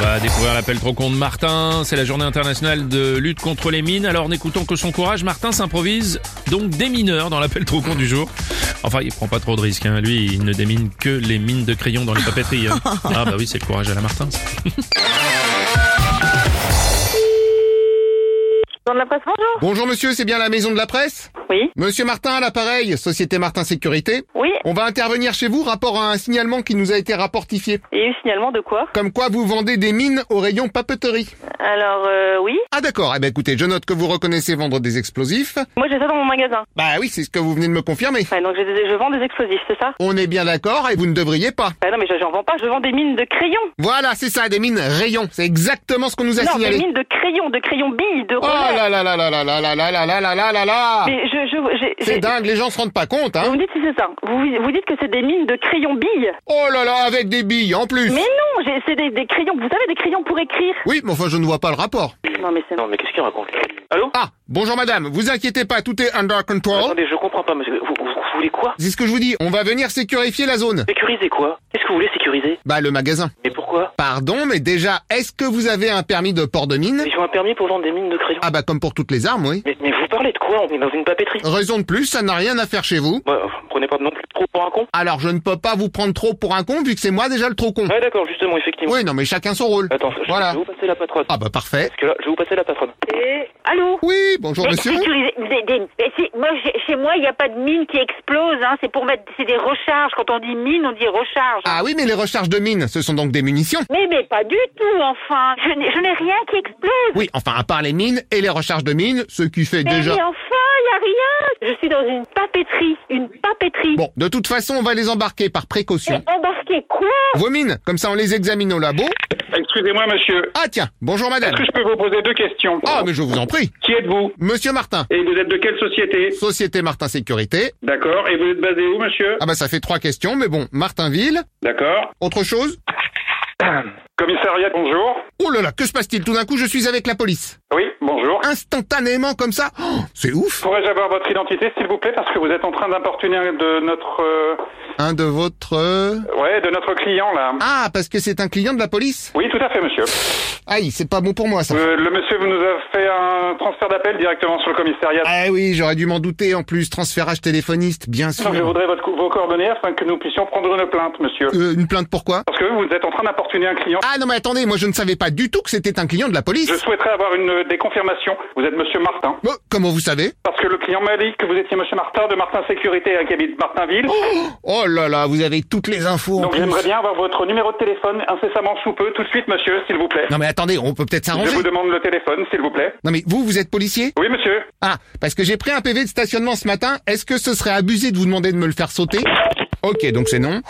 On va découvrir l'appel trop con de Martin. C'est la journée internationale de lutte contre les mines. Alors n'écoutons que son courage. Martin s'improvise donc démineur dans l'appel trop con du jour. Enfin, il prend pas trop de risques. hein. Lui, il ne démine que les mines de crayon dans les papeteries. hein. Ah bah oui, c'est le courage à la Martin. ça. Dans la presse, bonjour. Bonjour monsieur, c'est bien la maison de la presse Oui, Monsieur Martin à l'appareil, Société Martin Sécurité. oui. On va intervenir chez vous rapport à un signalement qui nous a été rapportifié. Il y a eu signalement de quoi Comme quoi vous vendez des mines au rayon papeterie. Alors, euh, oui. Ah d'accord, eh ben écoutez, je note que vous reconnaissez vendre des explosifs. Moi, j'ai ça dans mon magasin. Bah oui, c'est ce que vous venez de me confirmer. Ouais, donc, j'ai des- je vends des explosifs, c'est ça On est bien d'accord et vous ne devriez pas. Ouais, Non, mais je- j'en vends pas. Je vends des mines de crayons. Voilà, c'est ça, des mines rayons. C'est exactement ce qu'on nous a Non, des signalé. mines de crayons, de crayons billes, de Oh relais. là là là là là là là là là là là là là là Mais je, je, j'ai- C'est j'ai- dingue, les gens se rendent pas compte, Vous hein me dites si c'est ça. Vous, vous dites que c'est des mines de crayons billes. Oh là là, avec des billes en plus Mais non, j'ai- c'est des, des crayons. Vous savez, des crayons pour écrire. Oui, mais enfin, je ne vois pas le rapport. Non, mais c'est. Non, mais qu'est-ce qu'il raconte Allô Ah, bonjour madame, vous inquiétez pas, tout est under control. Attendez, je comprends pas, monsieur. Vous, vous- vous voulez quoi C'est ce que je vous dis, on va venir sécurifier la zone. Sécuriser quoi Qu'est-ce que vous voulez sécuriser Bah, le magasin. Mais pourquoi Pardon, mais déjà, est-ce que vous avez un permis de port de mine Ils ont un permis pour vendre des mines de crayons. Ah bah, comme pour toutes les armes, oui. Mais, mais vous parlez de quoi On est dans une papeterie. Raison de plus, ça n'a rien à faire chez vous. Bah, vous prenez pas non plus trop pour un con. Alors, je ne peux pas vous prendre trop pour un con, vu que c'est moi déjà le trop con. Ouais, d'accord, justement, effectivement. Oui, non, mais chacun son rôle. Attends, je, Voilà. je vais vous passer la patronne. Ah bah, parfait. Parce que là, je vais vous passer la patronne. Allô Oui, bonjour Mais monsieur. sécuriser- des- des- mais c'est- moi, chez- chez moi, il n'y a pas de mine qui explose. Hein, c'est pour mettre, c'est des recharges. Quand on dit mine, on dit recharge. Ah oui, mais les recharges de mines, ce sont donc des munitions. Mais mais pas du tout, enfin. Je n'ai je n'ai rien qui explose. Oui, enfin, à part les mines et les recharges de mines, ce qui fait Mais, déjà... mais enfin, il n'y a rien. Je suis dans une papeterie, une papeterie. Bon, de toute façon, on va les embarquer par Et précaution. embarquer quoi Vos mines, comme ça on les examine au labo. Excusez-moi, monsieur. Ah tiens, bonjour madame. Est-ce que je peux vous poser deux questions Ah, mais je vous en prie. Qui êtes-vous Monsieur Martin, Et vous êtes de quelle société Société Martin Sécurité. D'accord. Et vous êtes basé où, monsieur Ah bah, ça fait trois questions, mais bon, Martinville. D'accord. Autre chose Commissariat, bonjour. Oh là là, que se passe-t-il Tout d'un coup, je suis avec la police. Oui, bonjour. Instantanément, comme ça Oh, C'est ouf Pourrais-je avoir votre identité, s'il vous plaît, parce que vous êtes en train d'importuner de notre euh, Un de votre... euh, ouais de notre client là. Ah, parce que c'est un client de la police Oui, tout à fait, monsieur. Aïe, c'est pas bon pour moi, ça. Euh, le monsieur vous nous a fait un transfert d'appel directement sur le commissariat. Ah oui, j'aurais dû m'en douter, en plus, transférage téléphoniste, bien Donc, je sûr. voudrais votre co- vos coordonnées afin que nous puissions prendre une plainte, monsieur. Euh, une plainte pourquoi Parce que vous êtes en train d'importuner un client. Ah non mais attendez, moi je ne savais pas du tout que c'était un client de la police. Je souhaiterais avoir une des confirmations. Vous êtes monsieur Martin. Bon, comment vous savez Parce que le client m'a dit que vous étiez Monsieur Martin de Martin Sécurité hein, qui habite Martinville. Oh là là, vous avez toutes les infos en Donc plus. j'aimerais bien avoir votre numéro de téléphone incessamment sous peu, tout de suite, monsieur, s'il vous plaît. Non mais attendez, on peut peut-être Je s'arranger. vous demande le téléphone, s'il vous plaît. Non mais vous, vous êtes policier Oui, monsieur. Ah, parce que j'ai pris un PV de stationnement ce matin, est-ce que ce serait abusé de vous demander de me le faire sauter Ok, donc c'est non.